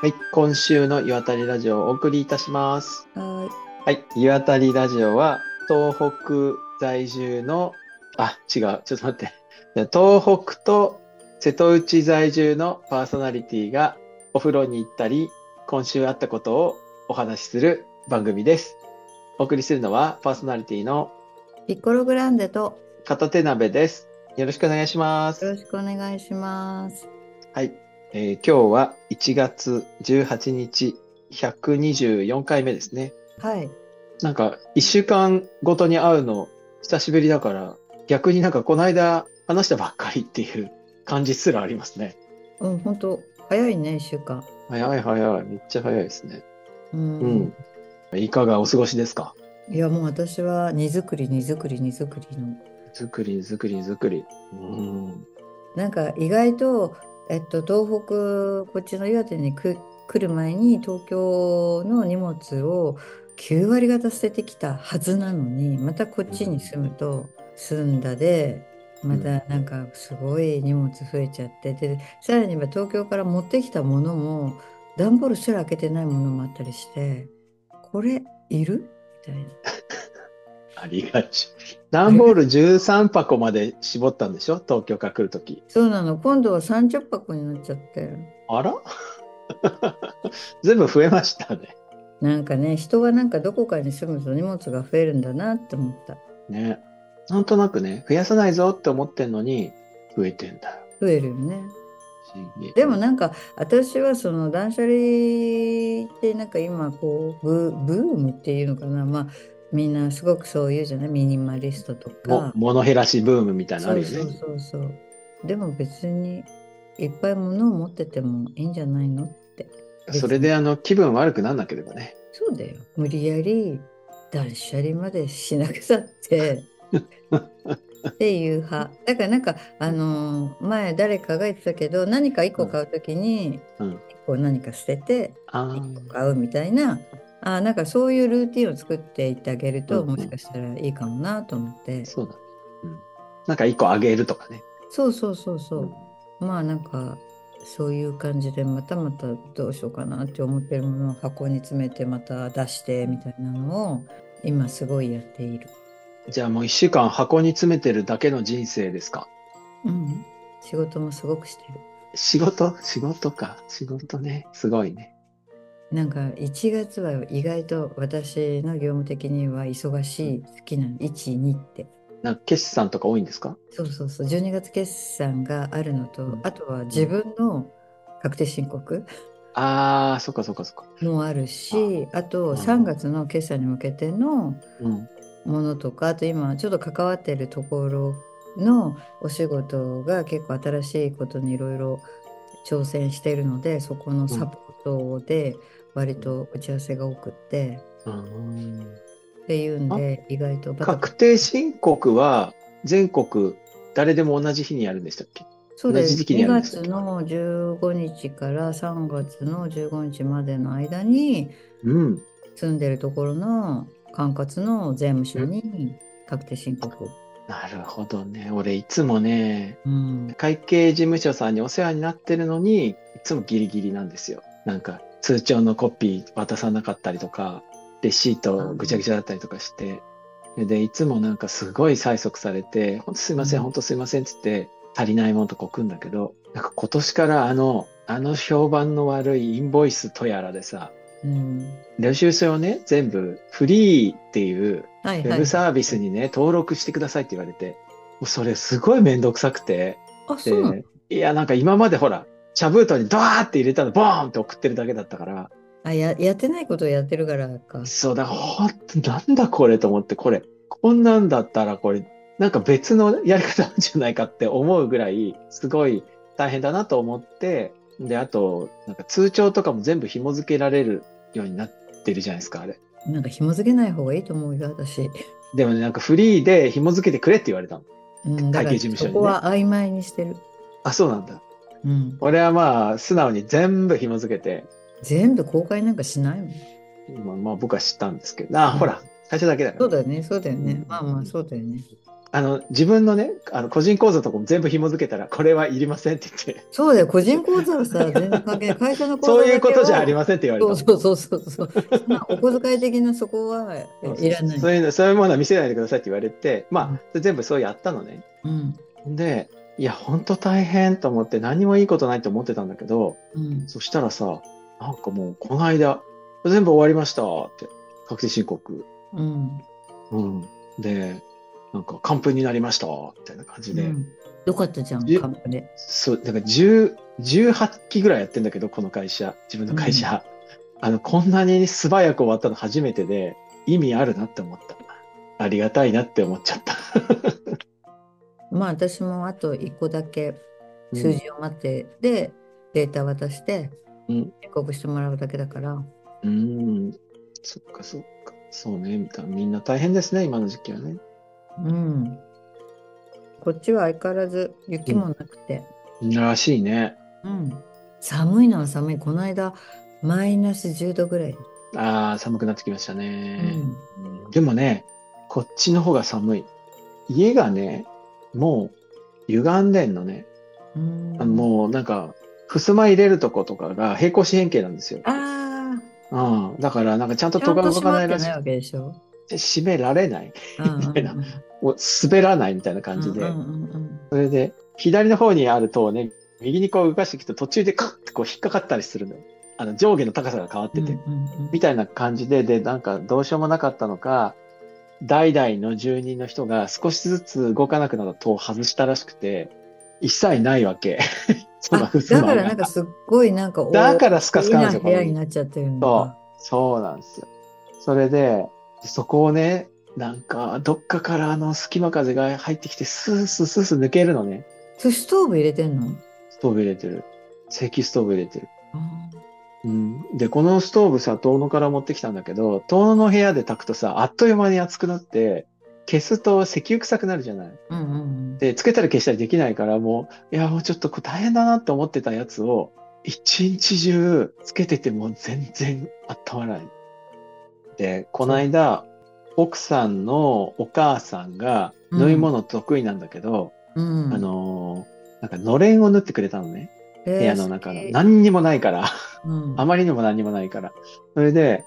はい、今週の湯あたりラジオをお送りいたします。ははい、湯あたりラジオは、東北在住の、あ、違う、ちょっと待って。東北と瀬戸内在住のパーソナリティがお風呂に行ったり、今週あったことをお話しする番組です。お送りするのはパーソナリティのーい。ピッコログランデと片手鍋です。よろしくお願いします。よろしくお願いします。はい、えー今日は1月18日124回目ですね。はい。なんか1週間ごとに会うの久しぶりだから逆になんかこの間話したばっかりっていう感じすらありますね。うん、本当早いね、一週間。早い早い、めっちゃ早いですね。うん。うん。いかがお過ごしですかいや、もう私は荷造り、荷造り、荷造りの。作り作り作り。うん。なんか意外と、えっと、東北、こっちの岩手にく来る前に、東京の荷物を9割方捨ててきたはずなのに、またこっちに住むと、住んだで、またなんかすごい荷物増えちゃって、で、さらには東京から持ってきたものも、段ボールすら開けてないものもあったりして、これ、いるみたいな。ありがち。段ボール13箱まで絞ったんでしょ東京から来るとき。そうなの、今度は30箱になっちゃって。あら全部増えましたね。なんかね、人がなんかどこかに住むと荷物が増えるんだなって思った。ね。なんとなくね、増やさないぞって思ってんのに、増えてんだよ。増えるよね。不思議でもなんか私はその断捨離ってなんか今こうブブームっていうのかなまあみんなすごくそう言うじゃないミニマリストともか。物減らしブームみたいなのあそるうよね。そうそうそう。でも別にいっぱい物を持っててもいいんじゃないのって。それであの気分悪くなんなければね。そうだよ。無理やり断捨離までしなくたって。っていう派。だからなんか、あのー前誰かが言ってたけど、何か1個買うときに、うん1個何か捨てて、あ1個ー買うみたいな、あーなんかそういうルーティンを作っていってあげると、うんうんもしかしたらいいかもなと思って。そうだね。うん。なんか一個あげるとかね。そうそうそうそう。まあなんか、そういう感じでまたまたどうしようかなって思ってるものを箱に詰めてまた出してみたいなのを今すごいやっている。じゃあもう一週間箱に詰めてるだけの人生ですか。うん、仕事もすごくしてる。仕事仕事か。仕事ね。すごいね。なんか1月は意外と私の業務的には忙しい好きなの1、2って。なんか決算とか多いんですかそうそうそう12月決算があるのと、うんあとは自分の確定申告ああ、そっかそっかそっか。もあるし、あうとん3月の決算に向けてのうん。ものとか、あと今ちょっと関わってるところのお仕事が結構新しいことにいろいろ挑戦しているので、そこのサポートで割と打ち合わせが多くって、うんっていうんで意外とバタバタ確定申告は全国誰でも同じ日にやるんでしたっけそうで同じす時期にや2るんですよ月の15日から3月の15日までの間にうん。住んでるところの管轄の税務署に確定申告を、なるほどね。俺いつもね、うん、会計事務所さんにお世話になってるのに、いつもギリギリなんですよ。なんか、通帳のコピー渡さなかったりとか、レシートぐちゃぐちゃだったりとかして、で、いつもなんかすごい催促されて、ほんとすいません、うんほんとすいませんっつって、足りないもんとか置くんだけど、なんか今年からあの、あの評判の悪いインボイスとやらでさ、うん、領収書をね、全部フリーっていうはいウはェいブサービスにね、登録してくださいって言われて、もうそれすごいめんどくさくて、あそうなので、いや、なんか今までほら、チャブートにドワーって入れたの、ボーンって送ってるだけだったから、あややってないことをやってるからかそう、だからほんと、なんだこれと思って、これ、こんなんだったらこれ、なんか別のやり方なんじゃないかって思うぐらい、すごい大変だなと思って、で、あと、なんか通帳とかも全部紐付けられるようになってるじゃないですか、あれ。なんか紐付けない方がいいと思うよ私、でもね、なんかフリーで紐付けてくれって言われたの。うん、だか会計ら事務所そにねこは曖昧にしてる、あ、そうなんだ。うん、俺はまあ、素直に全部紐付けて、全部公開なんかしないもんまあまあ僕は知ったんですけど、あ、ほら、最初だけだから。そうだよねそうだよね、うんまあまあそうだよねあの、自分のね、あの個人口座とかも全部紐付けたら、これはいりませんって 言って、そうだよ、個人口座は さ、全然関係ない。会社の口座そうだけいうことじゃありまませんって言われたそのうそうそうそうそう。そんなお小遣い的なそこはいらない。そういうの、そういうものは見せないでくださいって言われて、まあ、全部そうやったのね。うん。で、いや、ほんと大変と思って、何もいいことないと思ってたんだけど、うん。そしたらさ、なんかもう、この間、全部終わりましたって、確定申告。うん。うん。で、なんか、完封になりましたみたいな感じで、うんよかったじゃん、じカップで。そう、だから10、18期ぐらいやってんだけど、この会社、自分の会社。あの、こんなに素早く終わったの初めてで、意味あるなって思った。ありがたいなって思っちゃ った。まあ私もあと1個だけ数字を待って、で、データ渡して、うん帰国してもらうだけだから、うん、そっかそっか。そうね、みたいな。みんな大変ですね、今の時期はね。うん。こっちは相変わらず雪もなくて、らしいね。うん。寒いのは寒い。この間、マイナス10度ぐらい。ああ、寒くなってきましたうね、ん。でもね、こっちの方が寒い。家がね、もう歪んでんのね。うんあのもうなんか、襖入れるとことかが平行四辺形なんですよ。あうん。だから、なんかちゃんあ、とちゃ戸んがと動閉かまなっいてらしないわけでしょ。 い。閉められない。みたいなもう滑らないみたいな感じで。それで、左の方にある塔をね、右にこう動かしていくと途中でカッてこう引っかかったりするのよ。あの上下の高さが変わってて。みたいな感じで、で、なんかどうしようもなかったのか、代々の住人の人が少しずつ動かなくなった塔を外したらしくて、一切ないわけ。 そのあ襖だがからなんかすっごいなんか大だからスカスカなんですよ、大き部屋になっちゃってるんだ。そうなんですよ。それで、そこをね、なんか、どっかからあの隙間風が入ってきて、スースースースー抜けるのね。それストーブ入れてんのストーブ入れてる。石ストーブ入れてる。あうん。で、このストーブさ、遠野から持ってきたんだけど、遠野の部屋で炊くとさ、あっという間に熱くなって、消すと石油臭くなるじゃない。ーうんうんで、つけたり消したりできないから、もう、いや、もうちょっとこう大変だなって思ってたやつを、一日中つけてても全然温まらない。で、この間、奥さんのお母さんがうん縫い物得意なんだけど、うんうんあのーなんかのれんを縫ってくれたのね。部屋の中の。えー何にもないから。うんあまりにも何にもないから。それで、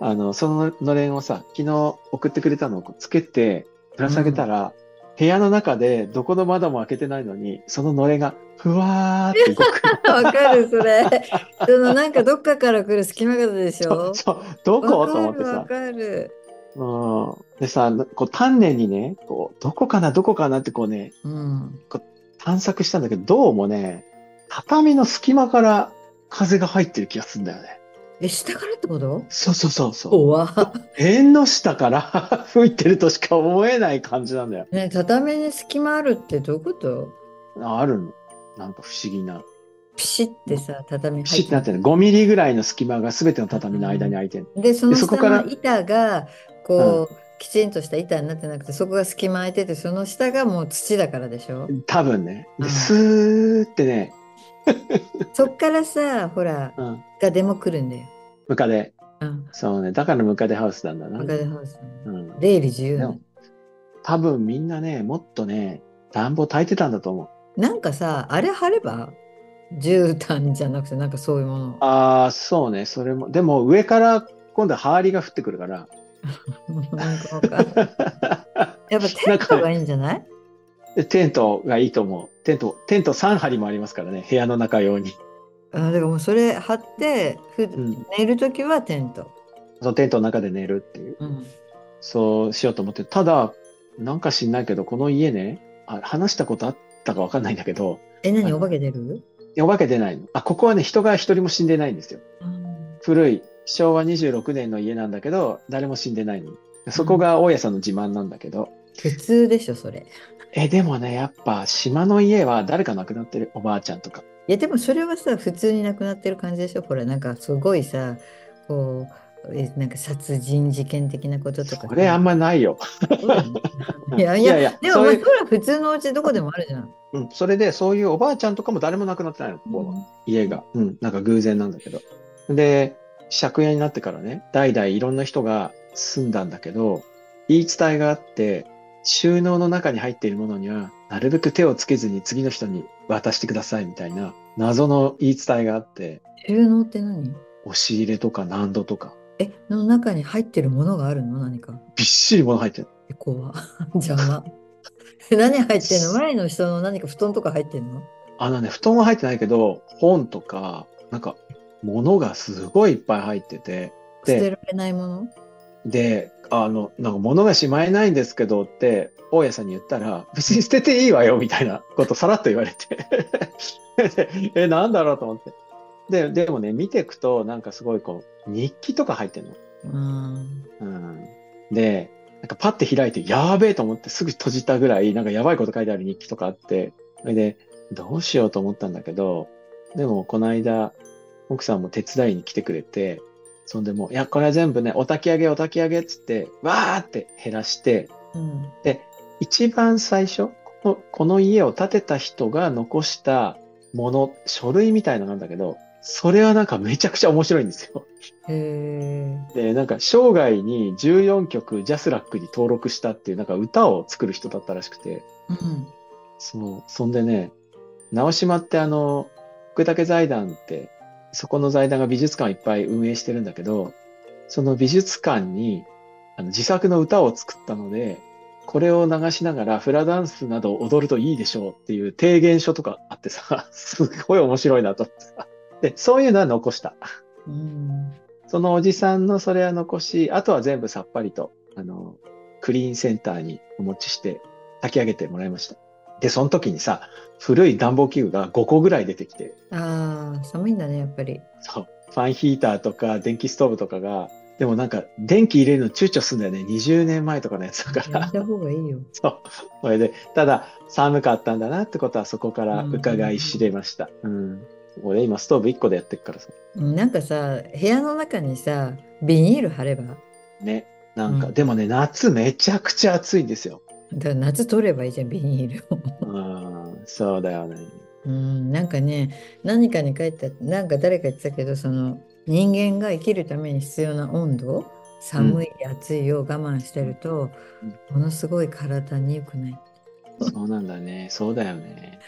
あの、そののれんをさ、昨日送ってくれたのをこうつけて、ぶら下げたら、部屋の中でどこの窓も開けてないのに、そののれんがふわーって動く。わかるそれ。 そのなんかどっかから来る隙間風でしょ。 そう、どこわと思っかてるさわ。かる。うん。でさ、こう丹念にね、こう、どこかな、どこかなってこうね、うん。探索したんだけど、どうもね、畳の隙間から風が入ってる気がするんだよね。え下からってこと？そうそうそうそう。怖っ。 縁の下から 吹いてるとしか思えない感じなんだよ。ね畳に隙間あるってどういうこと？ああるの。なんか不思議な。ピシってさ畳ピシッ入てなってる。5ミリぐらいの隙間が全ての畳の間に空いてる。でそのでそこ下からの板がこう、きちんとした板になってなくてそこが隙間空いててその下がもう土だからでしょ。多分ね。うで、んスーってね、そっからさほらうん、がでも来るんだよ。ムカデ。うん。そうね。だからムカデハウスなんだな。わかるハウス。うん。出入り自由でなのも。多分みんなね、もっとね、暖房焚いてたんだと思う。なんかさ、あれ貼れば絨毯じゃなくて、なんかそういうもの。ああ、そうね。それも。でも上から今度はハーリが降ってくるから。 なんかわかんないやっぱテントがいいんじゃないでテントがいいと思う。テント、テント3張りもありますからね。部屋の中用に。あだからもうそれ貼って、ふん寝るときはテント。そのテントの中で寝るっていう。うん。そうしようと思って、ただ、なんか知んないけど、この家ね、あ話したことあったかわかんないんだけど、え、あ何のお化け出るいやお化け出ないの。あ、ここはね、人が一人も死んでないんですよ。古い、昭和26年の家なんだけど、誰も死んでないの。そこが大家さんの自慢なんだけど、普通でしょ、それ。え、でもね、やっぱ島の家は誰か亡くなってる、おばあちゃんとか。いや、でもそれはさ、普通になくなってる感じでしょ。ほら、なんかすごいさ、こう、えなんか殺人事件的なこととか。これあんまないよ。そうだよねいやいいや、やでもそまうあい、そうれは普通のお家どこでもあるじゃん。うん、それで、そういうおばあちゃんとかも誰も亡くなってないの、ここは。家が。うん、なんか偶然なんだけど。で、借家になってからね、代々いろんな人が住んだんだけど、言い伝えがあって、収納の中に入っているものには、なるべく手をつけずに次の人に渡してくださいみたいな謎の言い伝えがあって、収納って何押し入れとか難度とか、え、の中に入ってるものがあるの何か。びっしり物入ってる。え、怖 邪魔。何入ってんの前の人の何か布団とか入ってんのあのね、布団は入ってないけど、本とか、なんか、物がすごいいっぱい入ってて、捨でてられないもので、あの、なんか物がしまえないんですけどって、大家さんに言ったら、別に捨てていいわよ、みたいなことさらっと言われて。で え、なんだろうと思って。で、でもね、見ていくと、なんかすごいこう、日記とか入ってんの。うん。うん。で、なんかパッて開いて、やーべえと思ってすぐ閉じたぐらい、なんかやばいこと書いてある日記とかあって、それで、どうしようと思ったんだけど、でもこの間、奥さんも手伝いに来てくれて、そんでもう、いや、これは全部ね、お焚き上げ、お焚き上げっつって、わーって減らして、うん。一番最初、このこの家を建てた人が残したもの、書類みたいなのなんだけど、それはなんかめちゃくちゃ面白いんですよ。へえ。で、なんか生涯に14曲ジャスラックに登録したっていうなんか歌を作る人だったらしくて、うん。そう、そんでね、直島ってあの、福武財団って、そこの財団が美術館をいっぱい運営してるんだけど、その美術館にあの自作の歌を作ったので、これを流しながらフラダンスなどを踊るといいでしょうっていう提言書とかあってさ、 すごい面白いなと思ってさ。で、そういうのは残した。うん。そのおじさんのそれは残し、あとは全部さっぱりと、あの、クリーンセンターにお持ちして、炊き上げてもらいました。で、その時にさ、古い暖房器具が5個ぐらい出てきて、ああ、寒いんだね、やっぱり。そう、ファンヒーターとか電気ストーブとかが、でもなんか電気入れるの躊躇するんだよね。20年前とかのやつだかやめら。た方がいいよ。 それで、ただ寒かったんだなってことはそこから伺い知れました。うん。俺今ストーブ1個でやってるからさ。うんなんかさ、部屋の中にさ、ビニール貼れば、だかね。なんか、うんでもね、夏めちゃくちゃ暑いんですよ。ら夏取ればいいじゃん、ビニールを。うんそうだよね。うん、なんかね、何かに書いてあった、なんか誰か言ってたけど、その人間が生きるために必要な温度、寒い、暑いを我慢してると、ものすごい体に良くない。そうなんだね。そうだよね。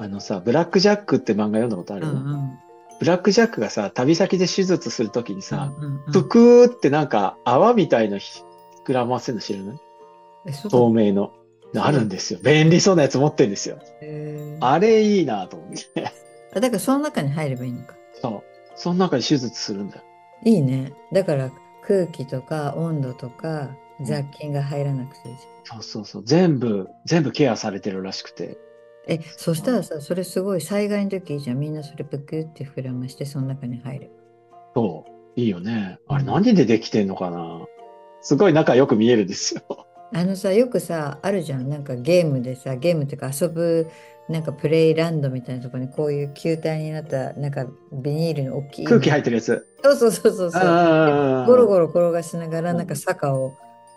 あのさ、ブラック・ジャックって漫画読んだことあうる、んうんブラック・ジャックがさ、旅先で手術するときにさ、うんうんうんぷくーってなんか泡みたいのひ膨らませるの知らないえそうだ透明の。あるんですよ。便利そうなやつ持ってんですよ。へーあれいいなと思って。あだからその中に入ればいいのか。そう。その中で手術するんだよ。いいね。だから空気とか温度とかん雑菌が入らなくていいじそうそうそう。全部、全部ケアされてるらしくて。ゃん。え、そしたらさ、それすごい災害の時いいじゃん。みんなそれぷくって膨らまして、その中に入る。そう。いいよね。あれ何でできてんのかなすごい仲良く見えるんですよ。あのさ、よくさ、あるじゃん。なんかゲームでさ、ゲームっていうか遊ぶ、なんかプレイランドみたいなところにこういう球体になった、なんかビニールの大きい。空気入ってるやつ。そうそうそうそうそう。ああゴロゴロ転がしながら、うんなんか坂を、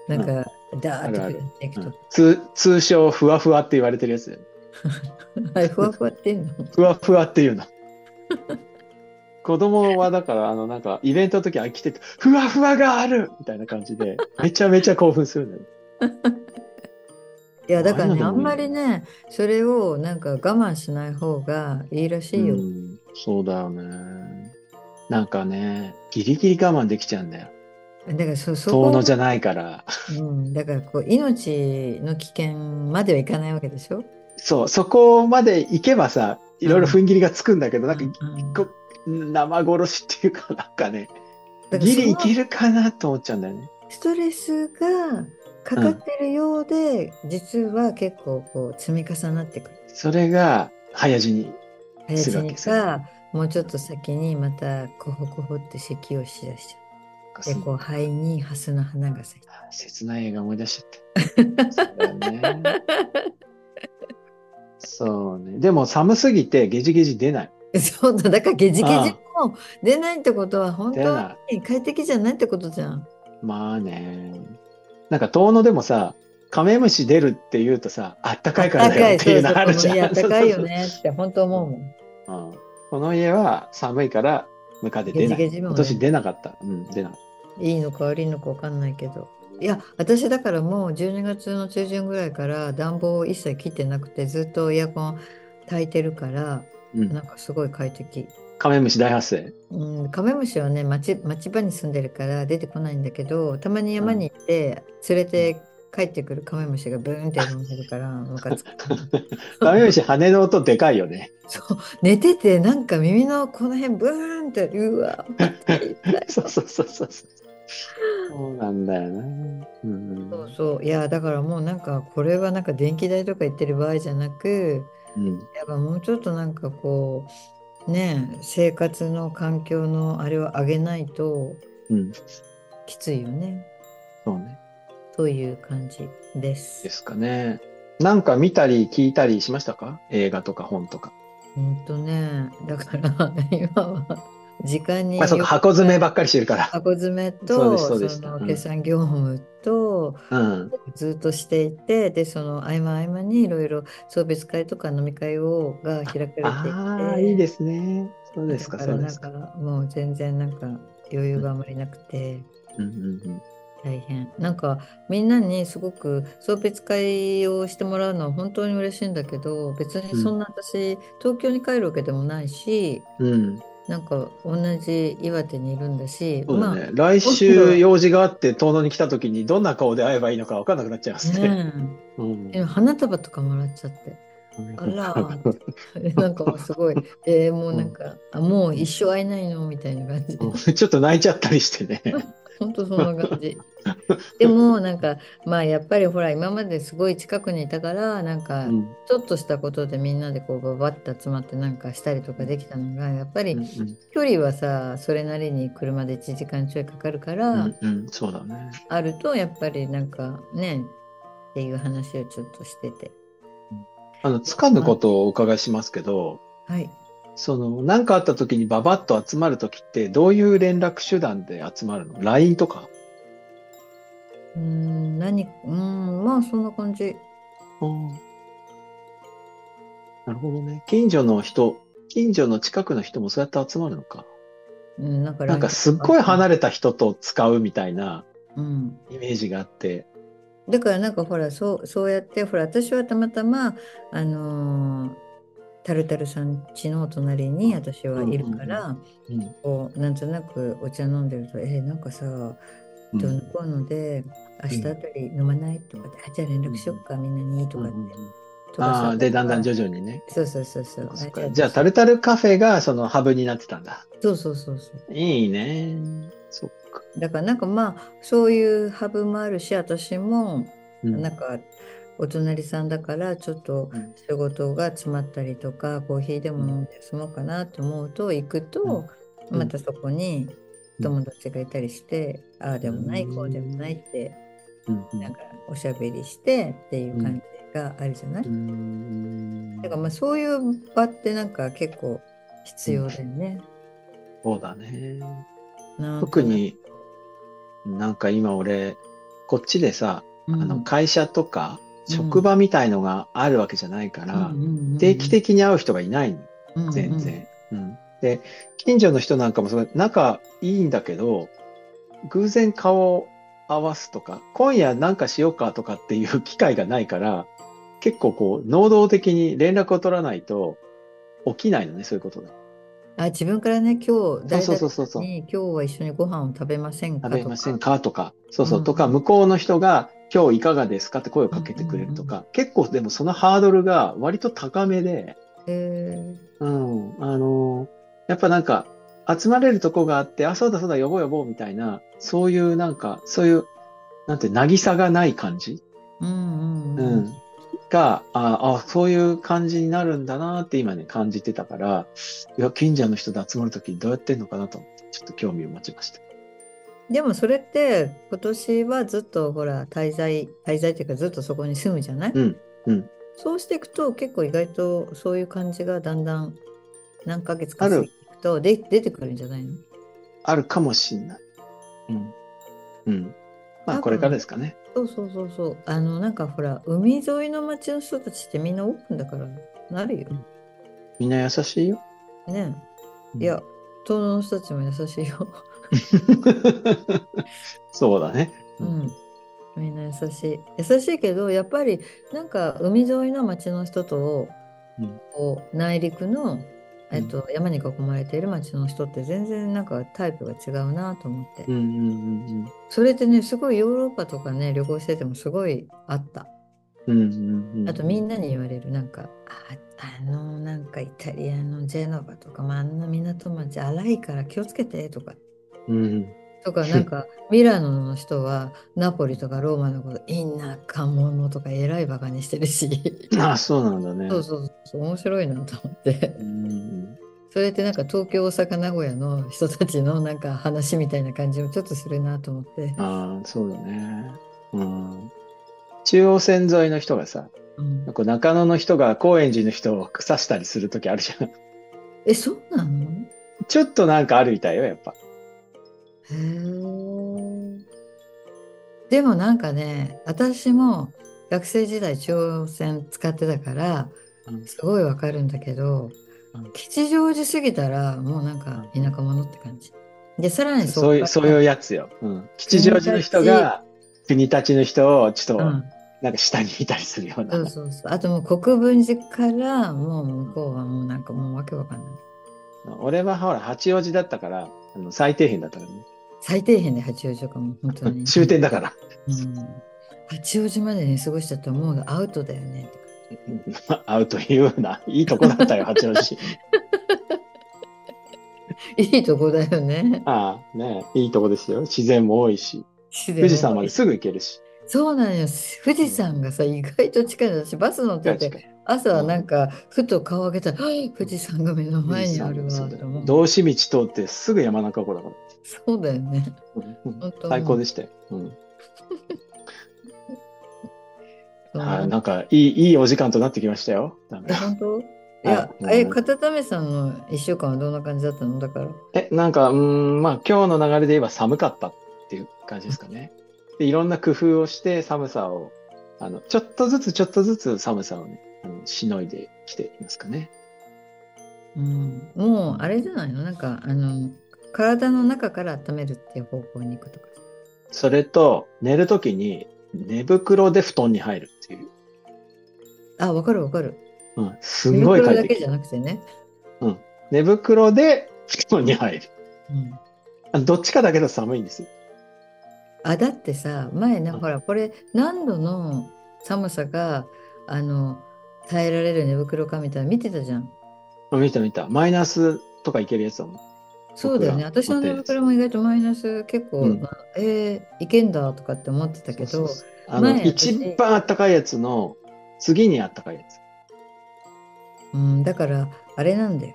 なんか、ダーッとあるあ下るっていくと。通通称、ふわふわって言われてるやつだよね。あれ、ふわふわってんのふわふわって いうの。子供はだから、あの、なんか、イベントの時は来てて、ふわふわがあるみたいな感じで、めちゃめちゃ興奮するんだよね。いや、だからね、あああいんうのでもいいまりね、それをなんか我慢しない方がいいらしいよ。うんそうだよね。なんかね、ギリギリ我慢できちゃうんだよ。だからそ、そこ遠野じゃないから。うん、だからこう、命の危険まではいかないわけでしょそう、そこまで行けばさ、いろいろ踏ん切りがつくんだけど、なんか、うんこ生殺しっていうか、なんかね、だからギリいそのけるかなと思っちゃうんだよね。ストレスがかかってるようで、実は結構こう積み重なってくる。それが早死に。早死にするわかもうちょっと先にまたコホコホって咳をしだしちゃう。でこう肺にハスの花が咲いて切ない映画思い出しちゃった。 そうだよね。そうね。でも寒すぎてゲジゲジ出ない。る。そうだだからゲジゲあジも出ないってことは本出な当に快適じゃないってことじゃん。まあね。なんか遠野でもさ、カメムシ出るって言うとさ、あったかいからだよっていうのあるじゃあん。ったかいよ そうそうねって本当思うもん。そう。うんこの家は寒いからムカデ出ない。ゲジゲジもね今年出なかった。うん、出なかっいいのか悪いのかわかんないけど。た。いや、私だからもう12月の中旬ぐらいから暖房を一切切ってなくて、ずっとエアコン焚いてるから、うんなんかすごい快適。カメムシ大発生。うん、カメムシはね、町、町場に住んでるから出てこないんだけど、たまに山に行って、連れて帰ってくるカメムシがブーンって飛んでるから、ムカつく。カメムシ羽の音でかいよね。そう、寝てて、なんか耳のこの辺ブーンって、うわ、痛い痛い そうそうそうそう。そうなんだよな。うんそうそう、いや、だからもうなんか、これはなんか電気代とか言ってる場合じゃなく、うん、やっぱもうちょっとなんかこう、ねえ、生活の環境のあれを上げないとうん、きついよね、そうね。という感じですで。すかね。なんか見たり聞いたりしましたか映画とか本とか。うんとね、だから 今は時間にまあ、そうか箱詰めばっかりしてるから。箱詰めそうでとすそうでしそたのうん決算業務とうん。ずっとしていて、でその合間合間にいろいろ送別会とか飲み会をが開かれていてああ、いいですね。そうですか、だそらうでなんすかか。もう全然なんか余裕があまりなくて。うんうん大変なんかみんなにすごく送別会をしてもらうのは本当に嬉しいんだけど別にそんな私、東京に帰るわけでもないしうん。うん。なんか同じ岩手にいるんだしそうだまあね。来週用事があって遠野に来た時にどんな顔で会えばいいのか分かんなくなっちゃいますね。ねうんえ、花束とかもらっちゃってあら なんかもうすごいえーもうなんか、あもう一生会えないのみたいな感じで ちょっと泣いちゃったりしてね。本当そんな感じ。でもなんかまあやっぱりほら今まですごい近くにいたからなんかうんちょっとしたことでみんなでこうババッと集まってなんかしたりとかできたのがやっぱうんり距離はさそれなりに車で1時間ちょいかかるから、うんうん、そうだね。あるとやっぱりなんかねっていう話をちょっとしててあの、つかぬことをお伺いしますけど、はいその、何かあった時にババッと集まる時って、どういう連絡手段で集まるの ?LINE とかうーん何うーんまあそんな感じなるほどね。近所の人、近所の近くの人もそうやって集まるのか。うんなんかなんかすっごい離れた人と使うみたいなうんイメージがあって。だからなんかほらそうそうやってほら私はたまたまあのータルタルさん家のお隣に私はいるから、うん。こうなんとなくお茶飲んでると「えーなんかさうどうんのこうので明日あたり飲まない?」とかで「あじゃあ連絡しよっかみんなに」とうんかうって、んうんとかあさあ、で、だんだん徐々にね。そうそうそうそそうっかそっかじゃあ、タルタタルカフェがそのハブになってたんだ。そうそうそうそういいね。そっか。だからなんかまあそういうハブもあるし私もうんなんかお隣さんだからちょっとうん仕事が詰まったりとかコーヒーでも飲んで済もうかなと思うと行くとうんまたそこに友達がいたりしてああでもないこうでもないってうんうんなんかおしゃべりしてっていう感じがあるじゃない、うんだからまあそういう場ってなんか結構必要だよね。そうだね。なんとなく特、になんか今俺こっちでさ、うんあの会社とかうん職場みたいのがあるわけじゃないから、定期的に会う人がいないの全、然、うんで近所の人なんかもすごい仲いいんだけど偶然顔を合わすとか今夜なんかしようかとかっていう機会がないから結構こう能動的に連絡を取らないと起きないのねそういうことが。うんうんあ自分からね今日そうそうそうそう誰々に今日は一緒にご飯を食べませんか食べませんとかかとか、そうそう、うんとか、向こうの人が、今日いかがですかって声をかけてくれるとか、結構でもそのハードルが割と高めで、えうーん、あのやっぱなんか、集まれるとこがあって、あ、そうだそうだ、呼ぼう呼ぼうみたいな、そういうなんか、そういう、なんて、渚がない感じ、うんうんうん、が、ああ、そういう感じになるんだなって今ね、感じてたから、いや、近所の人で集まるときどうやってんのかなと思って、ちょっと興味を持ちました。でもそれって今年はずっとほら滞在滞在っていうかずっとそこに住むじゃない、うんうんそうしていくと結構意外とそういう感じがだんだん何ヶ月か過ぎていくとで出てくるんじゃないのあるかもしんない。うん。うん。ま多あ、分これからですかね。そうそうそうそうあのなんかほら海沿いの町の人たちってみんなオープンだからなるよみんな優しいよ。ねうんいや。東野 の人たちも優しいよそうだね。うんみんな優しい優しいけどやっぱりなんか海沿いの町の人と、うんこう内陸の、えっと、山に囲まれている町の人って全然なんかタイプが違うなと思って、うんうんそれってねすごいヨーロッパとかね旅行しててもすごいあったうんうんうんうんあとみんななに言われるなんかああのなんかイタリアのジェノバとか、まあ、あんな港町荒いから気をつけてとかうんとかな んかミラノの人はナポリとかローマのこと「インナーカモノ」とかえらいバカにしてるしあそうなんだねそうそうそう面白いなと思ってうんうんそれってなんか東京大阪名古屋の人たちのなんか話みたいな感じもちょっとするなと思って、ああそうだねうん中央線沿いの人がさうんこう中野の人が高円寺の人を腐したりする時あるじゃん えそうなのちょっとなんかあるみたいよやっぱへーでもなんかね私も学生時代中央線使ってたからうんすごいわかるんだけどうん吉祥寺過ぎたらもうなんか田舎者って感じでさらにこそういうそういうやつよ、うん、吉祥寺の人が国立の人をちょっうとんなんか下に見たりするような、そうそうそうあともう国分寺からもう向こうはもうなんかもうわけわかんない俺はほら八王子だったからあの最底辺だったからね最底辺で八王子とかも本当 に終点だからうん八王子までに過ごしちゃったらもうアウトだよねって会うというようないいとこだったよ八王 子いいとこだよねああねいいとこですよ自然も多いし富士山まですぐ行けるしそうなんよ。富士山がさ、意外と近いの。私、バス乗って近いて、近い朝なんか、ふと顔上げたら、はい富士山が目の前にある富わ、士山もそうだとよ思う。道志道通ってすぐ山中湖だからそうだよね。うん本当最高でしたよ、うんそうはい、なんかいいいいお時間となってきましたよなんえか本当いや、うんえ、片めさんの1週間はどんな感じだったのだから。え、なんか、うーん、まあ、今日の流れで言えば寒かったっていう感じですかね。で、いろんな工夫をして寒さを、あの、ちょっとずつちょっとずつ寒さをね、あのしのいできていますかね。うん、もう、あれじゃないのなんか、あの、体の中から温めるっていう方向に行くとか。それと、寝るときに寝袋で布団に入るっていう。あ、わかるわかる。うん、すんごい寝快袋だけ適じ。ゃなくてね。寝袋で布団に入る。うん。あどっちかだけど寒いんですよ。あだってさ前ねうんほらこれ何度の寒さがあの耐えられる寝袋かみたいなの見てたじゃんあ見た見た。マイナスとかいけるやつだもん。そうだよね僕ら私の寝袋も意外とマイナス結構、うんまあえー、いけんだとかって思ってたけどそうそうそうあの、前私一番あったかいやつの次にあったかいやつ。うん、だからあれなんだよ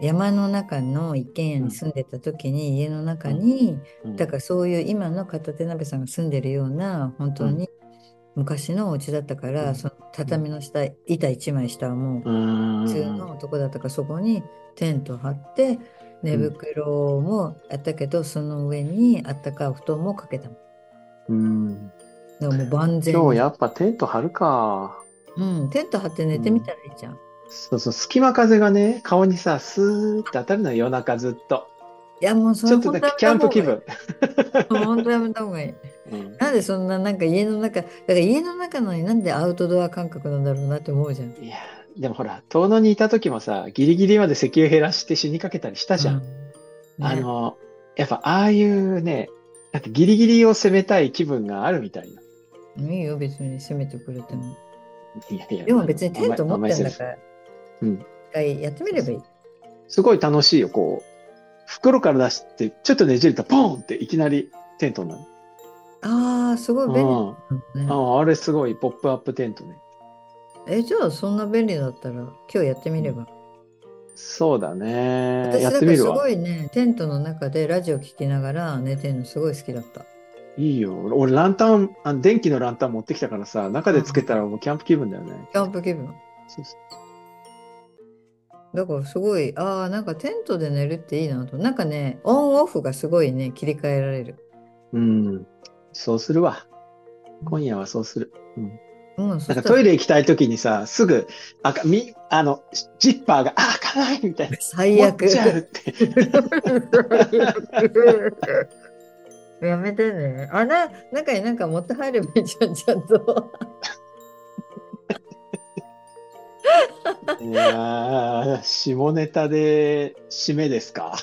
山の中の一軒家に住んでた時に、家の中に、うんだからそういう今の片手鍋さんが住んでるような本当に昔のお家だったから、うんその畳の下板一枚下はもう、うーん普通の男だったからそこにテント張って寝袋もやったけど、その上にあったかい布団もかけたのうん。だからもう万全今日やっぱテント張るか。うん、テント張って寝てみたらいいじゃん、いそうそう、隙間風がね、顔にさ、スーって当たるのよ夜中ずっと。やもうそちれょっとだけキャンプ気分。本当やめた方がいいうんなんでそんななんか家の中だから家の中なのになんでアウトドア感覚なんだろうなって思うじゃんいや、でもほら、遠野にいた時もさ、ギリギリまで石油減らして死にかけたりしたじゃん。うんねあの、やっぱああいうね、なんかギリギリを攻めたい気分があるみたいな。いいよ別に攻めてくれてもいやいや。でも別にテント持甘ってんだい甘いセかリらフうん。一回やってみればいいフすごい楽しいよ、こう。袋から出して、ちょっとねじれたらポンっていきなりテントになる。ああすごい便利うんだねああれすごい、ポップアップテントね。え、じゃあそんな便利だったら今日やってみれば。そうだね。私やだっかてらみするごわ。いね、テントの中でラジオ聞きながら寝てるのすごい好きだった。いいよ。俺、ランタンあ、電気のランタン持ってきたからさ、中でつけたらもうキャンプ気分だよね。キャンプ気分。そうそうだからすごい、ああ、なんかテントで寝るっていいなと。なんかね、オンオフがすごいね、切り替えられる。うん。そうするわ。今夜はそうする。うん、そなんしかたトイらレ行きたい時にさ、すぐ、あか、み、あの、ジッパーが、あ、開かないみたいな。最悪持っちゃうって。やめてね。あら、中になんか持って入ればいいじゃん、ちゃんと。いやー、下ネタで締めですか。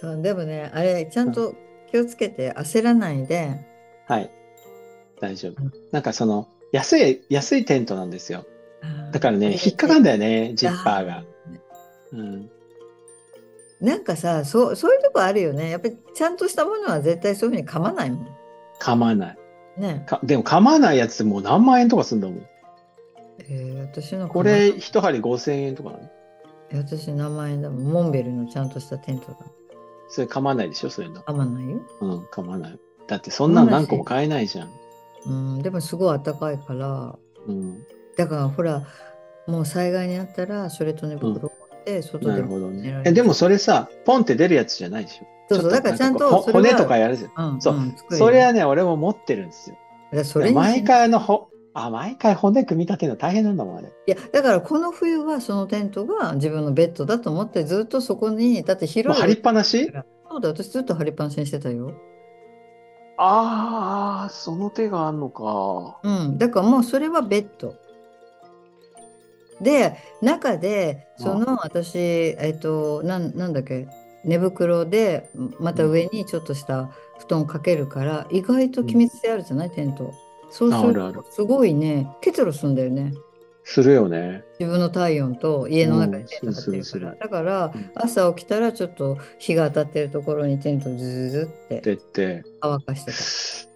そう、でもね、あれ、ちゃんと気をつけて焦らないで。はい。大丈夫。なんかその、安い、安いテントなんですよ。だからね、引っかかんだよね、ジッパーが。うん。なんかさ、そう、そういうとこあるよね。やっぱりちゃんとしたものは絶対そういうふうに噛まないもん。噛まない。ね。かでも噛まないやつってもう何万円とかするんだもん。えー私のこれ、一針5000円とかなのえ私名前だもん。モンベルのちゃんとしたテントだ。それ噛まないでしょ、そういうの。噛まないよ。うん、噛まない。だってそんなの何個も買えないじゃん。うん、でもすごい暖かいから。うん。だからほら、もう災害にあったら、それと寝袋を持って、外なでるも。ほど寝ねられ。るえ、でもそれさ、ポンって出るやつじゃないでしょ。そうそょう、っだからちゃんなとかそほれは骨とかやるじゃん。うん、そううん作るよそれはね、俺も持ってるんですよ。だからそれに毎回あのほ、あ、毎回骨組み立てるの大変なんだもん、あれ。いや、だからこの冬はそのテントが自分のベッドだと思ってずっとそこに、だってもう広い。張りっぱなしそうだ、私ずっと張りっぱなしにしてたよ。ああ、その手があんのか。うん、だからもうそれはベッド。で、中で、その私、えっと、なん、なんだっけ、寝袋で、また上にちょっとした布団かけるから、意外と気密性あるじゃない、テント。そうすあるあるあると、すごいね、結露するんだよね。するよね。自分の体温と家の中でテント張ってうんるすかるら。するだからうん、朝起きたらちょっと日が当たってるところにテントズズズってでって。乾かして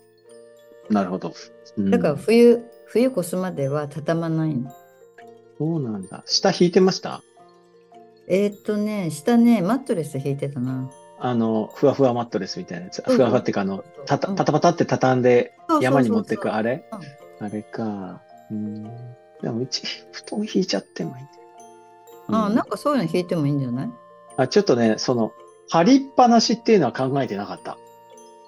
た。なるほど。うんだから冬、冬越すまでは畳まないの。そうなんだ。下引いてましたえーっとね、下ね、マットレス引いてたな。あの、ふわふわマットレスみたいなやつ。そうふわふわっていうか、あの、たた、うんパタパタって畳んでそうそうそうそう山に持ってく、あれあれか。うん。でも、うち、布団引いちゃってもいいんだよ。あうんなんかそういうの引いてもいいんじゃない あちょっとね、その、張りっぱなしっていうのは考えてなかった。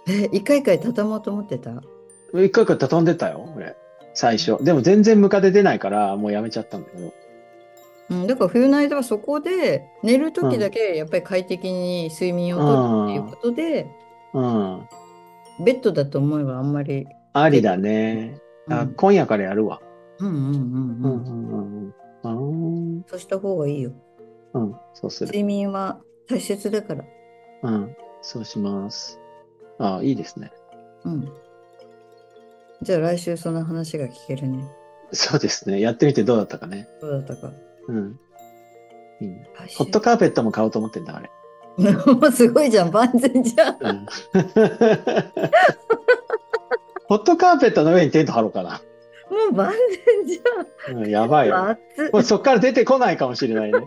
え、一回一回畳もうと思ってた一回一回畳んでたよ、俺。最初。でも全然ムカデ出ないから、もうやめちゃったんだけど。うん、だから冬の間はそこで寝る時だけやっぱり快適に睡眠をとるっていうことで、うん。ベッドだと思えばあんまり、ありだね。うん、あ、今夜からやるわ。うんうんううんんううんんうん。そうした方がいいようん。うん、そうする。睡眠は大切だからうん、そうします。あ、いいですね。 うんじゃあ来週その話が聞けるねそうですね。やってみてどうだったかね。どうだったかうん。いいね。来週ホットカーペットも買おうと思ってんだ、あれ。 もうすごいじゃん万全じゃんうん ホットカーペットの上にテント張ろうかな。もう万全じうん、やばいゃよ。ん暑いもうそっから出てこないかもしれない ね。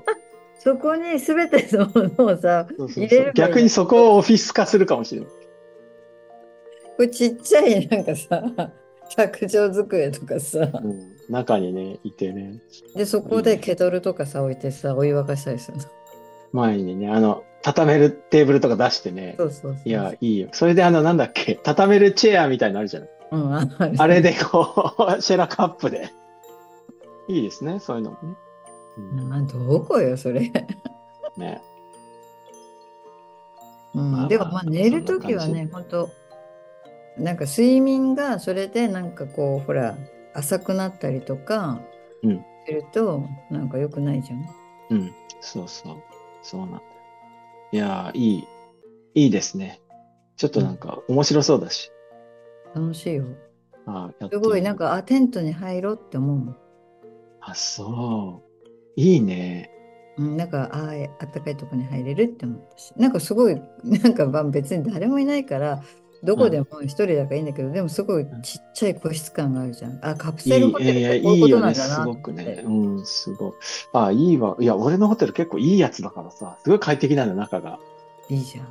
そこに全てのものをさ、そうそう入れそればいうい逆にそこをオフィス化するかもしれない。これちっちゃいなんかさ、卓上机とかさ、うん、中にね、いてね。で、そこでケトルとかさ、置いてさ、お湯沸かしたりするの。前にね、あの、畳めるテーブルとか出してね。そうそうそう。いや、いいよ。それであの、なんだっけ、畳めるチェアみたいのあるじゃない。うん、あああれでこう、 シェラカップで。いいですね、そういうのもね。うんあどこよ、それ。ねうん、まあでも、まあ、寝るときはそんなね、ほんと、なんか睡眠がそれでなんかこう、ほら、浅くなったりとか、うんすると、なんか良くないじゃん。うん、そうそう。そうなんだよ。いやー、いい。いいですね。ちょっとなんか、面白そうだし。楽しいよ。あーやってすみごい、なん。か、あ、テントに入ろうって思うもん。あ、そう。いいね。うん、なんかあーあったかいとこに入れるって思ったしなんかすごい なんかまあ別に誰もいないからどこでも一人だからいいんだけど、でもすごいちっちゃい個室感があるじゃんあカプいい、セルホテいルっや、いてこういいうことよなんね。だすなとご思ってくね。うん、すごい。あ、いいわ。いや、俺のホテル結構いいやつだからさ、すごい快適なんだ、中が。いいじゃ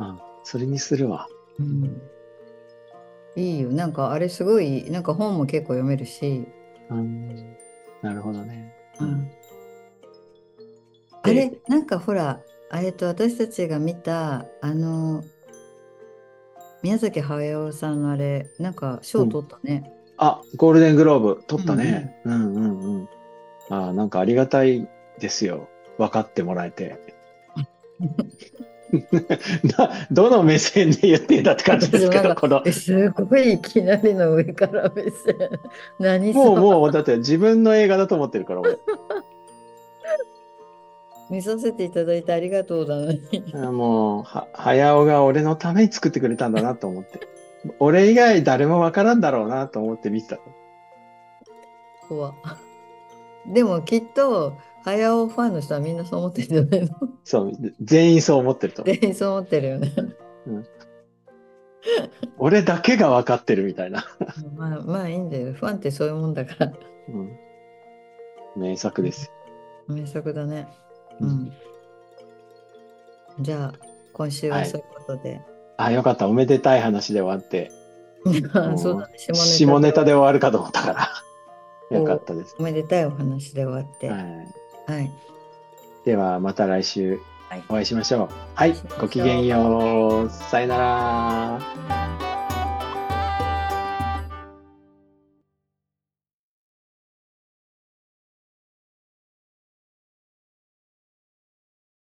ん、うん、それにするわ。うん、いいよなんかあれすごいなんか本も結構読めるし、うん、なるほどね。ううんん、あれなんかほらあれと私たちが見たあの宮崎駿さんのあれなんか賞取ったね、あ、ゴールデングローブ取ったね。うんうんうん。あーなんかありがたいですよ。分かってもらえて。な ど の目線で言ってんだって感じですけ でもなど、んかこの。えすごいいきなりの上から目 線。何もうそもう、だって自分の映画だと思ってるから、俺。う見させていただいてありがとうだのに。あもう、は、早尾が俺のために作ってくれたんだなと思って。俺以外誰もわからんだろうなと思って見てた。怖でもきっと、早尾ファンの人はみんなそう思ってるんじゃないの そう、全員そう思ってると。全員そう思ってるよね。俺だけが分かってるみたいな。 まあまあいいんだよ。ファンってそういうもんだから。うん、名作ですよ。名作だね。うん。じゃあ、今週ははいそういうことで。あ、よかった。おめでたい話で終わって、 もうそうだね。下ネタ下ネタで終わるかと思った から。よかったです。おめでたいお話で終わって。は。はいい、では、また来週はいお会いしましょう。はい、ごきげんよう。さよなら。はい